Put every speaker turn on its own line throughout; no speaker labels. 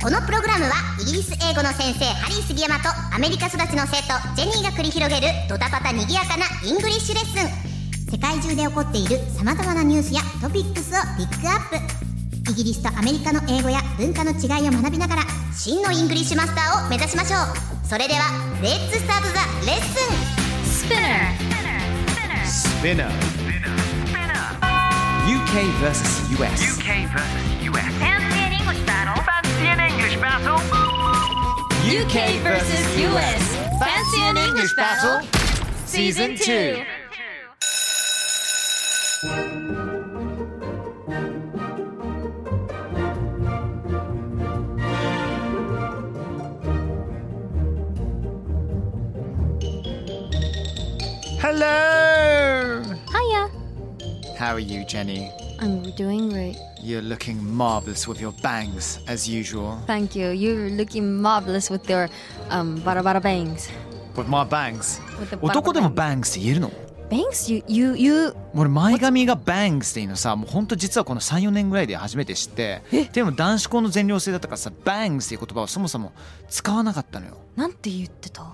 このプログラムはイギリス英語の先生ハリー杉山とアメリカ育ちの生徒ジェニーが繰り広げるドタパタにぎやかなイングリッシュレッスン世界中で起こっているさまざまなニュースやトピックスをピックアップイギリスとアメリカの英語や文化の違いを学びながら真のイングリッシュマスターを目指しましょうそれではレッツスタートザレッスン
Spinner. UK versus US.
UK versus US. Fancy an English battle. Fancy
UK versus US. Season
an English battle. Fancy an English battle.
2. Hello!
Hiya
How are you, Jenny?
I'm doing great
You're looking marvelous with your bangs, as usual.
Thank you You're looking marvelous with your、um, バラバラ bangs
With my bangs.
With the
男でも
barber
bangs って言えるの
Bangs you, you, you
俺前髪がバングスっていうのさもうほんと実はこの34年ぐらいで初めて知ってでも男子校の全寮制だったからさバングスっていう言葉をそもそも使わなかったのよ
なんて言ってた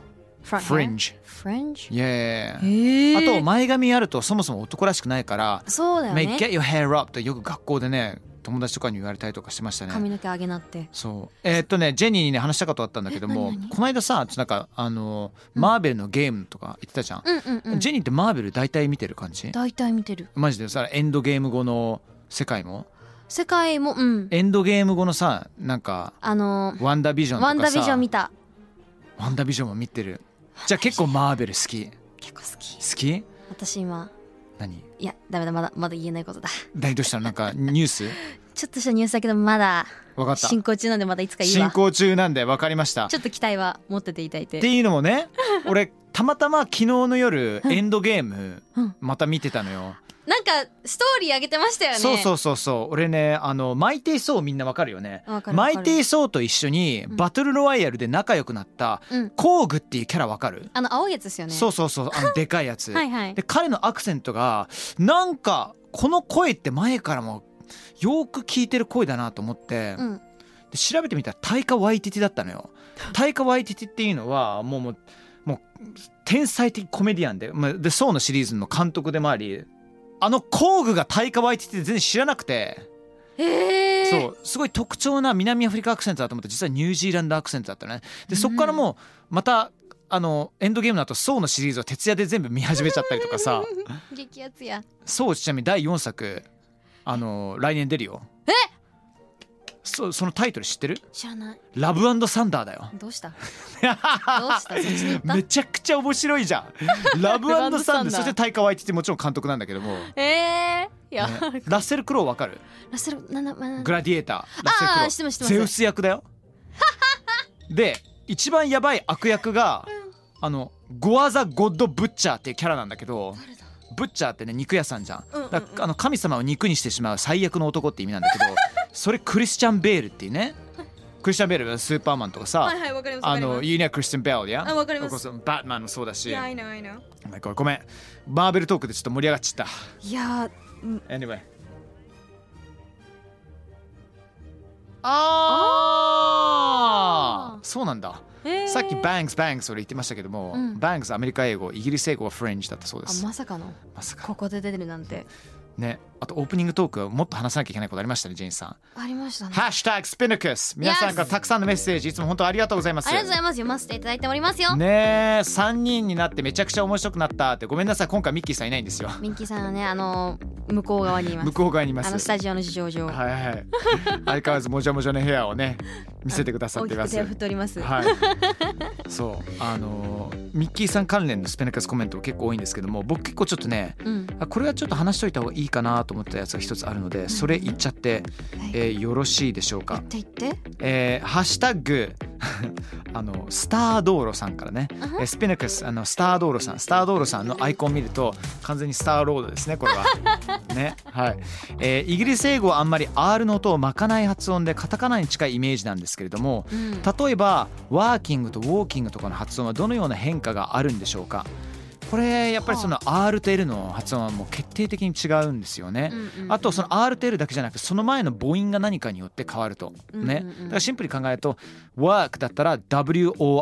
Fringe
Fringe?
いや
えー
あと前髪あるとそもそも男らしくないから
そうだよ
「Make-
ね
Get your hair up」ってよく学校でね友達とかに言われたりとかしてましたね
髪の毛上げなって
そうえーっとねジェニーにね話したかったことあったんだけどもこの間さなんかあのマーベルのゲームとか言ってたじゃん、
うんうんうん
ジェニーってマーベル大体見てる感じ
大体見てる
マジでさエンドゲーム後の世界も
世界もうん
エンドゲーム後のさなんか
あのー
ワンダービジョンとか
ワ
さ
ンダービジョン見た
ワンダービジョンも見てるじゃあ結構マーベル好き好
結構好き
き
私今
何
いやダメだまだまだ言えないことだ
大どうしたのなんかニュース
ちょっとしたニュースだけどまだ
分かった
進行中なんでまだいつか言う
進
わ
行中なんで分かりましたっ
ちょっと期待は持ってていただいて
ていうのもね俺たまたま昨日の夜エンドゲーム
うん
また見てたのよ、
なんかストーリー上げてましたよね
そうそううそうそう俺ねあのマイテイソーみんなわかるよね
わかるわ
マ
かる
イテイソーと一緒にバトルロワイヤルで仲良くなった
うん
工具っていうキャラわかる、
あの青いやつですよね
そうそうそうあのでかいやつ
はいはい
で彼のアクセントがなんかこの声って前からもよく聞いてる声だなと思って、
うん
で調べてみたらタイカ・ワイティティだったの よ。タイカ・ワイティティっていうのはもうもうもう天才的コメディアンでまあで「ソーのシリーズの監督でもありあの工具がタイカ・ワイティティって全然知らなくて、
へえ
そうすごい特徴な南アフリカアクセントだと思ったら実はニュージーランドアクセントだったのね。でそこからもうまたあのエンドゲームの後ソーのシリーズを徹夜で全部見始めちゃったりとか さ。
激アツや
そうちなみに第4作あの来年出るよ
え
そそのタイトル知ってる
知らない
ラブサンダーだよ
どう したどうしたそっちに行った
めちゃくちゃ面白いじゃ んラブサンダー
サンダー
そしてタイカワイティってもちろん監督なんだけども、ね
えー、いや、
ラッセル・クロウわかる
ラスルななな
グラディエーターラッセル・ク
あ
ロ
ー知ってま
ウ
す知ってます
ゼウス 役だよで一番やばい悪役があのゴアザ・ゴッド・ブッチャーっていうキャラなんだけどブッチャーってね肉屋さんじゃん,、
うんうんうん
だからあの神様を肉にしてしまう最悪の男って意味なんだ けどそれクリスチャン・ベールっていうねクリスチャン・ベールはスーパーマンとかさ、
はいはいわかりますわ
あ
かります
のユニア・クリスチャン・ベールや
あわかります
それこそバットマンもそうだし、
Yeah, I know, I know.
ごめんごめんごめんマーベルトークでちょっと盛り上がっちゃっ
いやー
た Anyway ああそうなんだ
えー
さっきバングスバングス俺言ってましたけども、
うん
バングスアメリカ英語イギリス英語はフレンチだったそうで
あ
す
まさかの
まさか
ここで出てるなんて
ねあとオープニングトークはもっと話さなきゃいけないことありましたねジェインさん
ありました
「
ね
ハッシュタグスピヌクス」皆さんからたくさんのメッセージいつも本当ありがとうございます
ありがとうございます読ませていただいておりますよ、
ねえ3人になってめちゃくちゃ面白くなったってごめんなさい今回ミッキーさんいないんですよ
ミンキーさんはねあの向こう側にいます
向こう側にいます
あのスタジオの事情上、
はいはい 相変わらずもじゃもじゃの部屋をね見せてくださ
大
って
き
いま
く
す
手を振っております、
はい、そうあのーミッキーさん関連のスペネカスコメント結構多いんですけども僕結構ちょっとね
うん
あこれはちょっと話しといた方がいいかなと思ったやつが一つあるのでそれ言っちゃって、えーよろしいでしょう
言
か
っ、て言って
えーハッシュタグ あのスター道路さんからね、
うん
えスピナクスあのスター道路さんスター道路さんのアイコン見ると完全にスターロードですねこ れはねはい、えーイギリス英語はあんまり R の音を巻かない発音でカタカナに近いイメージなんですけれども
うん
例えばワーキングとウォーキングとかの発音はどのような変化があるんでしょうかこれやっぱりその R と L の発音はもう決定的に違うんですよね、
うんうん
あとその R と L だけじゃなくその前の母音が何かによって変わるとね
うんうんうん
だからシンプルに考えると work だったら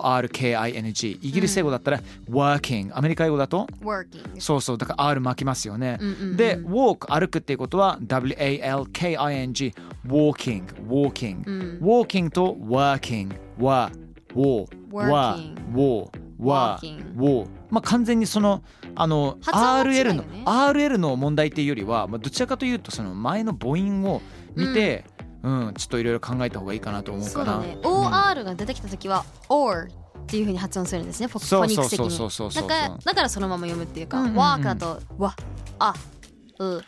WORKING イギリス英語だったら working アメリカ英語だと
working
そうそうだから R 巻きますよね
うんうんうん
で walk 歩くっていうことは WALKING walking walking
うん
ウォーキングとワーキングはウォーワー
Working
ウォーワー
Walking
ウォーまあ完全にそのあの
発音の違い
RL
よ
の
ね
RL の問題っていうよりは、まあ、どちらかというとその前の母音を見て、うんちょっといろいろ考えた方がいいかなと思う
そ
か
うだ
な。
ね OR が出てきた時は OR っていう風に発音するんですねフォフ
そ
ォ
う
ニッ
そ
ク
う
ス的
そう
に
そうそうそ
だ
う。
からだからそのまま読むっていうか、
うんうんうん
ワークだとワあう
はい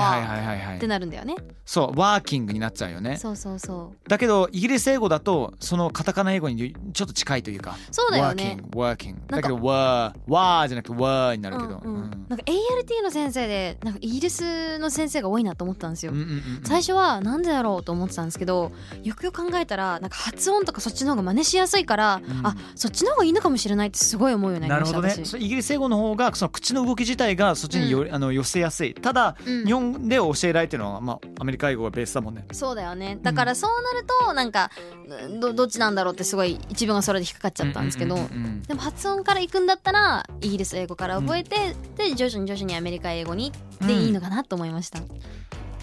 はいはい
い
はいは
って
い。
なるんだよね
そうワーキングになっちゃうよね。
そうそうそう
だけどイギリス英語だとそのカタカナ英語にちょっと近いというか。
そうだよね
working working
なんか
だけどワーワーじゃなくてワーになるけど。
うんうん
うん
なんか ALT の先生でなんかイギリスの先生が多いなと思ったんですよ、
うんうんうんうん
最初はなんでだろうと思ってたんですけどよくよく考えたらなんか発音とかそっちの方が真似しやすいから、
ん
あそっちの方がいいのかもしれないってすごい思うようにな
な
り
る
ま
ほ
した
どね
私
そうイギリス英語の方がその口の動き自体がそっちにより、あの寄せやすいただ、
うん
日本で教えられてるのは、まあ、アメリカ英語がベースだもんね
そうだよねだからそうなるとなんかどどっちなんだろうってすごい一文がそれで引っかかっちゃったんですけど、
うんうんうんうん
でも発音から行くんだったらイギリス英語から覚えて、で徐々に徐々にアメリカ英語にでいいのかなと思いました、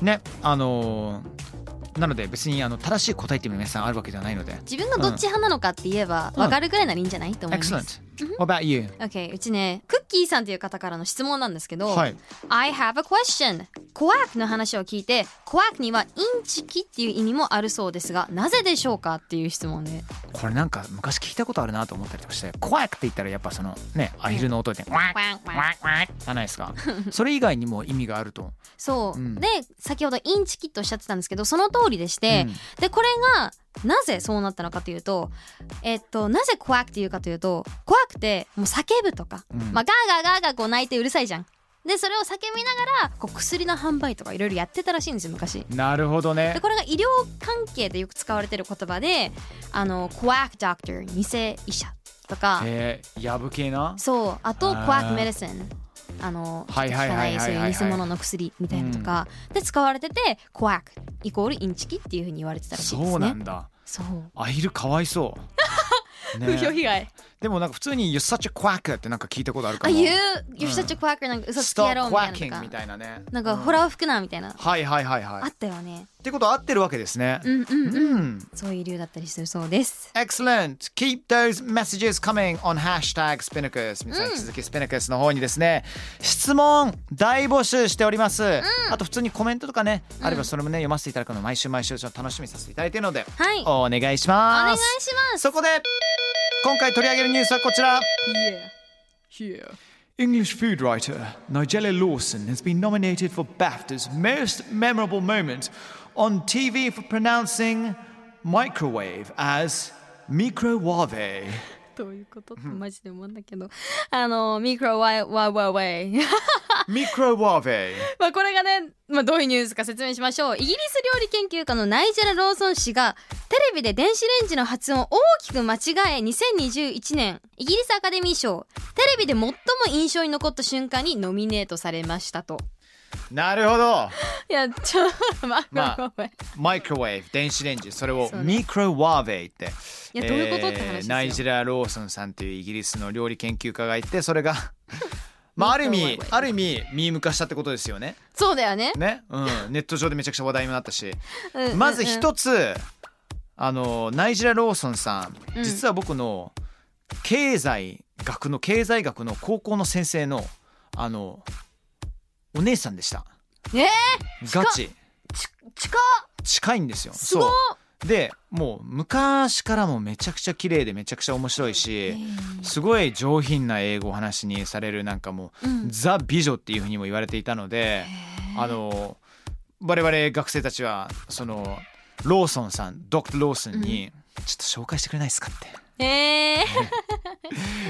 ねあのーなので別にあの正しい答えって皆さんあるわけじゃないので
自分がどっち派なのかって言えば
うん
分かるぐらいならいいんじゃないと思います、
Excellent What about you?
OK うちねクッキーさんという方からの質問なんですけど、
はい
I have a question コアクの話を聞いてコアクにはインチキっていう意味もあるそうですがなぜでしょうかっていう質問で
これなんか昔聞いたことあるなと思ったりとかして怖くって言ったらやっぱそのねアヒルの音で「ワッワッワッワッ」じゃないですかそれ以外にも意味があると
そう、
うん
で先ほどインチキとおっしゃってたんですけどその通りでして、
うん
でこれがなぜそうなったのかというとえっとなぜ怖くっていうかというと怖くてもう叫ぶとか、
うん
まあ、ガーガーガーガーこう泣いてうるさいじゃんでそれを叫びながらこう薬の販売とかいろいろやってたらしいんですよ昔
なるほどね
でこれが医療関係でよく使われてる言葉であのコアクドクター偽医者とか
えー、やぶ系な
そうあと
あー
コアクメディシンあの効か
はいはいはい
な
はい
いそう
はい
い
はいう
偽物の薬みたいなのとかで使われててコアクイコールインチキっていうふうに言われてたらしいで
そ
す
うな
ね
んだ
そう
アヒルかわいそう。 ね
風評被害
でもなんか普通に「You're such a quack」ってなんか聞いたことあるか
あ
も。
言う吉田ちょコアクなんか嘘つき野
Stop
郎みたいな
quacking み
のとか
たいなね。
なんか
う
ホラー吹くなみたいな
はいはいはいはい。
あ
っ
ったよね
てことは合ってるわけですね。
うんうんうん
うん。
そういう理由だったりするそうです
Excellent! Keep those messages coming on hashtag Spinnacus 皆さん引き続き Spinnacus の方にですね、質問大募集しております、あと普通にコメントとかね、あればそれもね読ませていただくの毎週毎週ちょっと楽しみにさせていただいているので
はいお
お願いします
願いします
そこで今回取り上げるニュースはこちら English food writer Nigella Lawson has been nominated for BAFTA's Most Memorable Moment on TV for pronouncing microwave as microwave.
どういうことってマジで思うんだけどあのミクロワイワイワイワイ
microwave.
まあこれがね、まあ、どういうニュースか説明しましょうイギリス料理研究家のナイジェラ・ローソン氏がテレビで電子レンジの発音を大きく間違え2021年イギリスアカデミー賞テレビで最も印象に残った瞬間にノミネートされましたと
なるほど。
いやちょっと待って、
まあ
ごめん
microwave 電子レンジそれを
そう
microwave って。
いやどういうことって話ですよ
ナイジェラ・ローソンさんというイギリスの料理研究家がいて それがまあある意味
microwave
ある意味ミーム化したってことですよね。
そうだよね
ね、うん、ネット上でめちゃくちゃ話題になったし、
うんうんうん
まず一つあのナイジェラ・ローソンさ
うん
ん実は僕の経済学の経済学の高校の先生のあのお姉さんでした
えー、
ガチ
ち近
近いんですよ
すごっ
そうでもう昔からもめちゃくちゃ綺麗でめちゃくちゃ面白いし、すごい上品な英語をお話しにされるなんかもう、ザ美女っていうふうにも言われていたので、あの我々学生たちはそのローソンさんドクター・ローソンに、ちょっと紹介してくれないですかって
え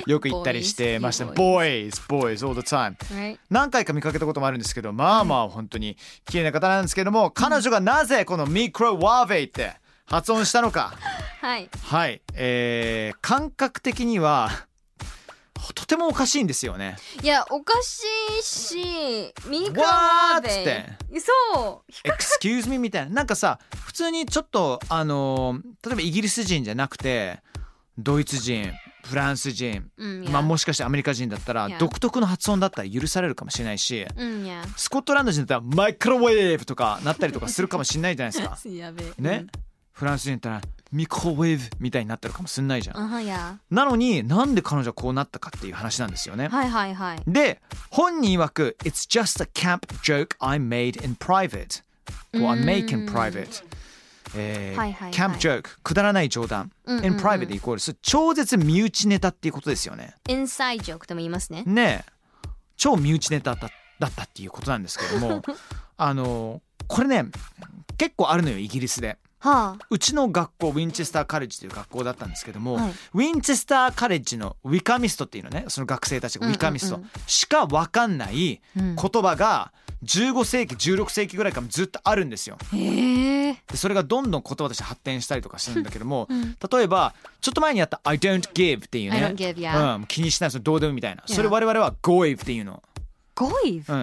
よく言ったりしてました Boys, boys all the time
ー、はい
何回か見かけたこともあるんですけどまあまあ本当に綺麗な方なんですけども彼女がなぜこのミクロワーベイって発音したのか
はい
はいえー、感覚的にはとてもおかしいんですよね
いやおかしいしミカ
わー
ワ
っつって
ベそう
Excuse me みたいななんかさ普通にちょっとあのー例えばイギリス人じゃなくてドイツ人フランス人
うんいや
まあもしかしてアメリカ人だったら
いや
独特の発音だったら許されるかもしれないし
うんいや
スコットランド人だったらマイクロウェーブとかなったりとかするかもしれないじゃないですか
やべえ
ねフランス人だったらミクロウェーブみたいになってるかもしれないじゃ
うんあ
ん
はいや
なのになんで彼女はこうなったかっていう話なんですよね
はいはいはい
で本人曰く「It's just a camp joke I made in private」こう「I make in private」え
はいはいはい
ー、キャンプジョークくだらない冗談、
うんうんうん
in private イコールす超絶身内ネタっていうことですよね
インサイジョークとも言いますね
ねえ超身内ネタだだったっていうことなんですけど もあのこれね結構あるのよイギリスで
は
うちの学校ウィンチェスターカレッジという学校だったんですけども、
はい
ウィンチェスターカレッジのウィカミストっていうのねその学生たちがウィカミス
う
ト
んうんう
しか分かんない
あ、うん
言葉が15世紀16世紀ぐらいからずっとあるんですよ。
へえ
でそれがどんどん言葉として発展したりとかするんだけども、
ん
例えばちょっと前にやった「I don't give」っていう
I don't
ね
give ya
うん、気にしないそのどうでもいいみたいな
Yeah
それ我々は「goive」っていうの、
ゴイフ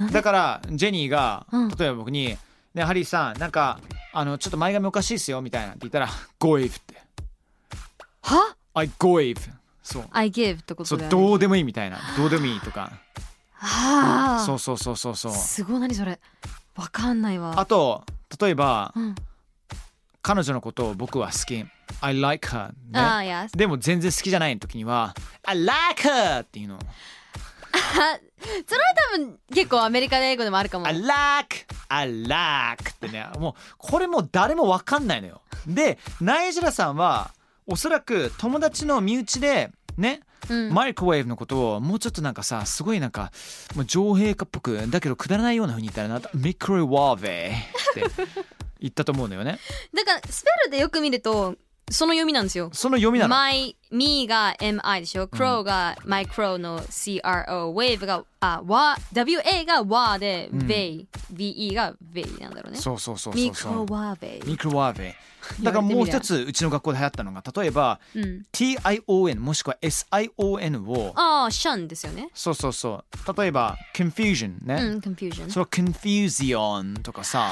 うん、だからジェニーが
うん
例えば僕に「ねハリーさんなんかあのちょっと前髪おかしいっすよ」みたいなって言ったら「goive」って
は
「I goive」そう
I give ってこと
そう
だよね
どうでもいいみたいなどうでもいいとか
はあ
そうそうそうそうそう
すごい何それわかんないわ
あと例えば
うん
彼女のことを僕は好き「I like her、ね」
ああいや
でも全然好きじゃない時には「I like her」っていうの
それは多分結構アメリカで英語でもあるか
「
も
I like」「I like」ってねもうこれもう誰も分かんないのよでナイジェラさんはおそらく友達の身内でね、
うん
マイクロウェーブのことをもうちょっとなんかさすごいなんかもう上陛下っぽくだけどくだらないような風に言ったらなミクロウェーベって言ったと思うのよね
だからスペルでよく見るとその読みなんですよ
その読みなの、
マイ、ミーが MI でしょ、クローがマイクローの CRO、ウェーブが、あ、わ、WA がワーで、
うん
ベイ、VE がベイなんだろうね。
そうそうそうそうそう
ミクロワーベイ。
ミクロワーベだからもう一つうちの学校で流行ったのが例えば
うん。
TION もしくは SION を
ああ、シャンですよね。
そうそうそう例えば confusion
う
ね、
ん、コンフュージョン。
それは confusion とかさ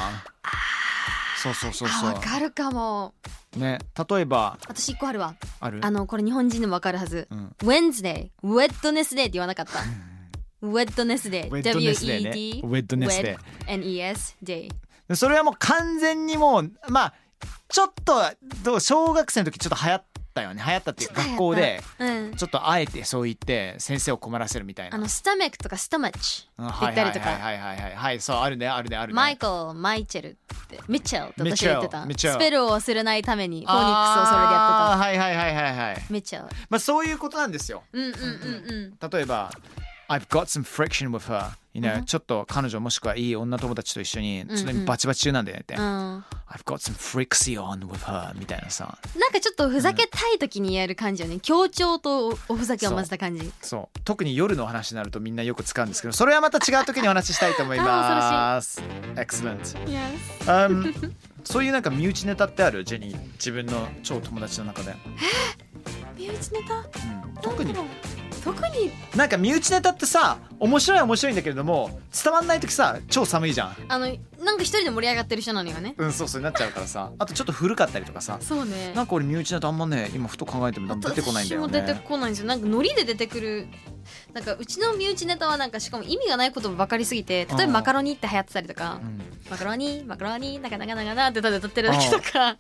そうそうそう
あ、
そ
わかるかも。
うね例えば
私一個あるわ。
ある
あの、これ日本人でもわかるはず。
うん
Wednesday、Wednesday って言わなかった。Wednesday、
Wednesday ね
W-E-D、
Wednesday
N-E-S、Day。
でそれはもう完全にもうまあちょっとどう小学生の時ちょっと流行ったよね流行ったっていうか学校で
うん。
ちょっとあえてそう言って先生を困らせるみたいな
あの、スタメックとかスタマッチ
うん
って言ったりとか。
はいはいはいはいはい、はい、そうあるねあるねあるね
マイケル、マイチェルって、ミッチェルって私が言ってた。
ミッチェル
スペルを忘れないために、フォニックスをそれでや
あ
って
ーはいはいはいはいはい
た。ミッチェル。
まあそういうことなんですよ
うんうんうんうん。
例えば I've got some friction with her you know、ちょっと彼女もしくはいい女友達と一緒に
ん
常にバチバチ中なんだよねって、
うん、なん
I've got some friction with her みたいなさ
かちょっとふざけたい時にやる感じよね協調とおおふざけを混ぜた感じ
そう特に夜のお話になるとみんなよく使うんですけどそれはまた違う時にお話ししたいと思います Excellent、Um そういうなんか身内ネタってあるジェニー自分の超友達の中で、
身内ネタ
うん、特に
特に
なんか身内ネタってさ面白いは面白いんだけれども伝わんない時さ超寒いじゃん
あのなんか一人で盛り上がってる人なのよね
うんそうそうなっちゃうからさあとちょっと古かったりとかさ
そうね
なんか俺身内ネタあんまね今ふと考えても出てこないんだ
私
よ
も出て
ね
こないんですよなんかノリで出てくるなんかうちの身内ネタはなんかしかも意味がないことばかりすぎて例えばマカロニって流行ってたりとか、
ん
マカロニマカロニなかなかなかなってただ歌ってるだけとか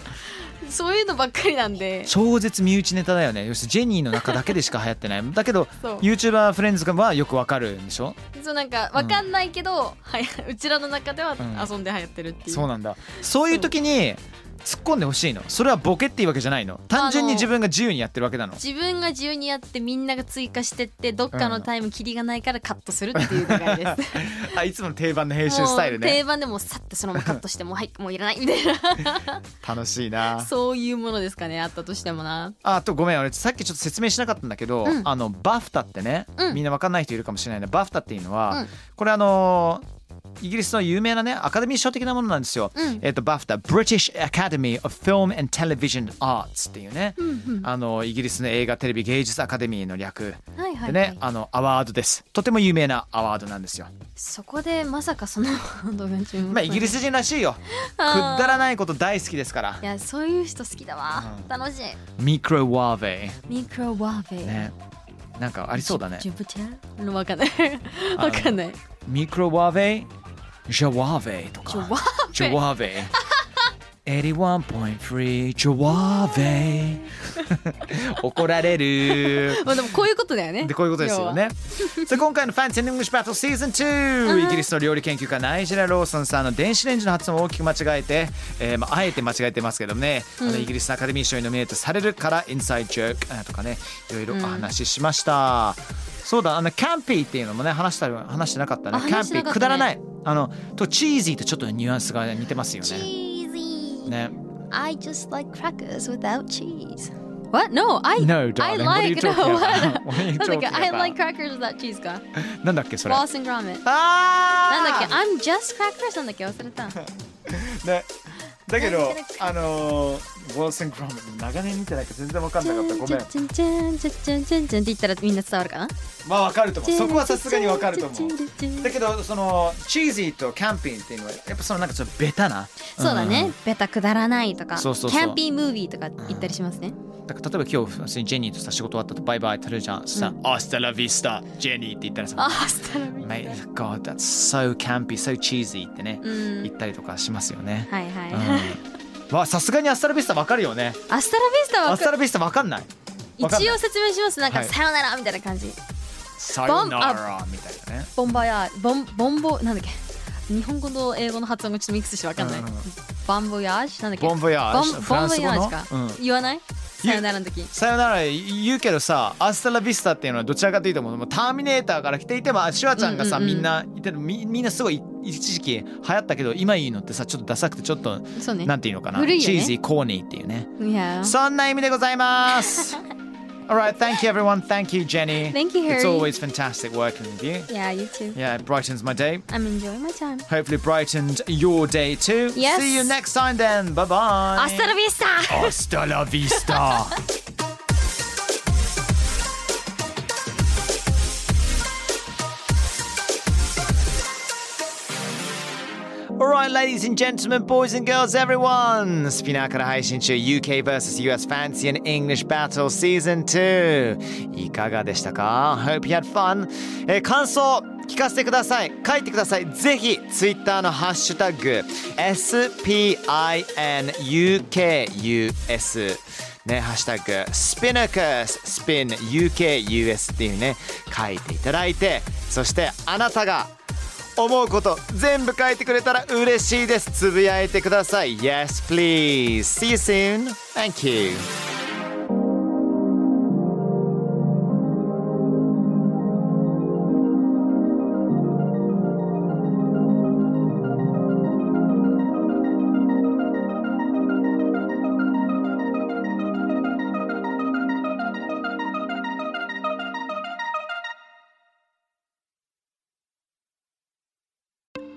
そういうのばっかりなんで
超絶身内ネタだよね要するにジェニーの中だけでしか流行ってない だけど
そう
YouTuber フレンズはよくわかるんでしょ
そうなんかわかんないけど、はいうちらの中では
ん
遊んで流行ってるっていう、
そうなんだそういう時に突っ込んでほしいのそれはボケっていうわけじゃないの単純に
あの
自分が自由にやってるわけなの
自分が自由にやってみんなが追加してってどっかのタイムキリがないからカットするっていう流れです
あいつもの定番の 編集スタイル
もう定
ね
番でもうさってそのままカットしてもうはいもういらないみたい
楽しい
な
な
そういうものですかねあったとしてもな
ああとごめん俺さっきちょっと説明しなかったんだけど、
うん
あのバフタってね、
うん
みんなわかんない人いるかもしれないねバフタっていうのは、
うん
これあのーイギリスの有名なねアカデミー賞的なものなんですよ、
うん
えっとバフタ British Academy of Film and Television Arts っていうね、あのイギリスの映画テレビ芸術アカデミーの略
はいは
で
い、
ね、
はい
あのアワードですとても有名なアワードなんですよ、
そこでまさかその 動画に注目
まあ、イギリス人らしいよく
あー
だらないこと大好きですから
いやそういう人好きだわ、
うん
楽しい
ミクロワーベ
ミクロワーベイ、
ねなんかありそうだね
ジュピターのわかんない
あの
わかんない
ミクロワーベイジャワーベイと
ジョワ
か
ーベイ
ジャワーベイ81.3ジャワーベ イ怒られる
まあでもこういうことだよね
でこういうことですよね。さあ今回のファンセンディングシュバトルシーズン
うん
2イギリスの料理研究家ナイジェラ・ローソンさんの電子レンジの発音を大きく間違えて、えーまあ、あえて間違えてますけどもね、あのイギリスのアカデミー賞にノミネートされるからインサイドジョークとかねいろいろお話ししました。そうだあのキャンピーっていうのもね話した話してなかったね
あ
キャン
話し
ピ
てなかったね
ーくだらないあのとチーズィーとちょっとニュアンスが似てますよね。
Cheesy
ね
I just like crackers without cheese What? No, I,
No,
I
darling, what are you
like
talking
no,
about? What are you
なんだっけ
talking
I
about?
like crackers without cheese か
なんだっけそれ。あ
Boston Ramen
あー
なんだっけ I'm just crackers なんだっけ忘れた
ね、だけ
なんと
ど
なく、
あのー、ボーセンクラム長年見てないから全然わかんなかった。ごめん。
チュンチュンチュンチュンチュンチュンチュンって言ったらみんな伝わるかな
まあわかると思う。そこはさすがにわかると思う。だけど、そのチーズィーとキャンピングっていうのは、やっぱそのなんかちょっとベタな。
そうだね、ベタくだらないとか
そうそうそう
キャンピームービーとか言ったりしますね、
だから例えば今日、普通にジェニーとさ仕事終わったとバイバイってるじゃん。さ、アスタラビスタ、ジェニーって言ったら
あ
さ、
あスタラビ
My God, that's so campy, so cheesy ってね、
うん
言ったりとかしますよね。
はいはい、
うんまあさすがにアスタラビスタわかるよね。
アスタラビスタは
ア
わ
スタ
か
ラビスタわかんない。わかんな
一
い
応説明しますなんか、
はい
さよならみたいな感じ
さよならみたいなね。
ボンバヤボンボンボなんだっけ日本語と英語の発音がちょっとミックスしてわかんない、
うんうんうん
バンボヤージュなんだっけ
ボンボヤージュ
ボン
フランス語の
ボンボヤージュか、
うん
言わないさよならの時
さよなら言うけどさアスタラビスタっていうのはどちらかというともうもうターミネーターから来ていてもシュワちゃんがさ、
うんうんうん
みんないてみみんなすごい一時期流行ったけど今言うのってさちょっとダサくてちょっと、
そうね
なんていうのかな、
古いよね
チーズィーコーニーっていうね
Yeah
そんな意味でございます Alright, thank you everyone. Thank you, Jenny.
Thank you, Harry.
It's always fantastic working with you.
Yeah you too
Yeah, it brightens my day.
I'm enjoying my time
Hopefully brightened your day too.
Yes.
See you next time then. Bye bye.
アスタラビスタ
Hasta la vista. Alright, ladies and gentlemen, boys and girls, everyone! スピナーから配信中 UK vs.US Fancy and English Battle Season 2! いかがでしたか ?Hope you had fun! えー感想聞かせてください書いてくださいぜひ Twitter のハッシュタグ SPINUKUS ね、ハッシュタグスピナカススピン UKUS っていうね書いていただいてそしてあなたが思うこと全部書いてくれたら嬉しいですつぶやいてください Yes please See you soon Thank you
Podcast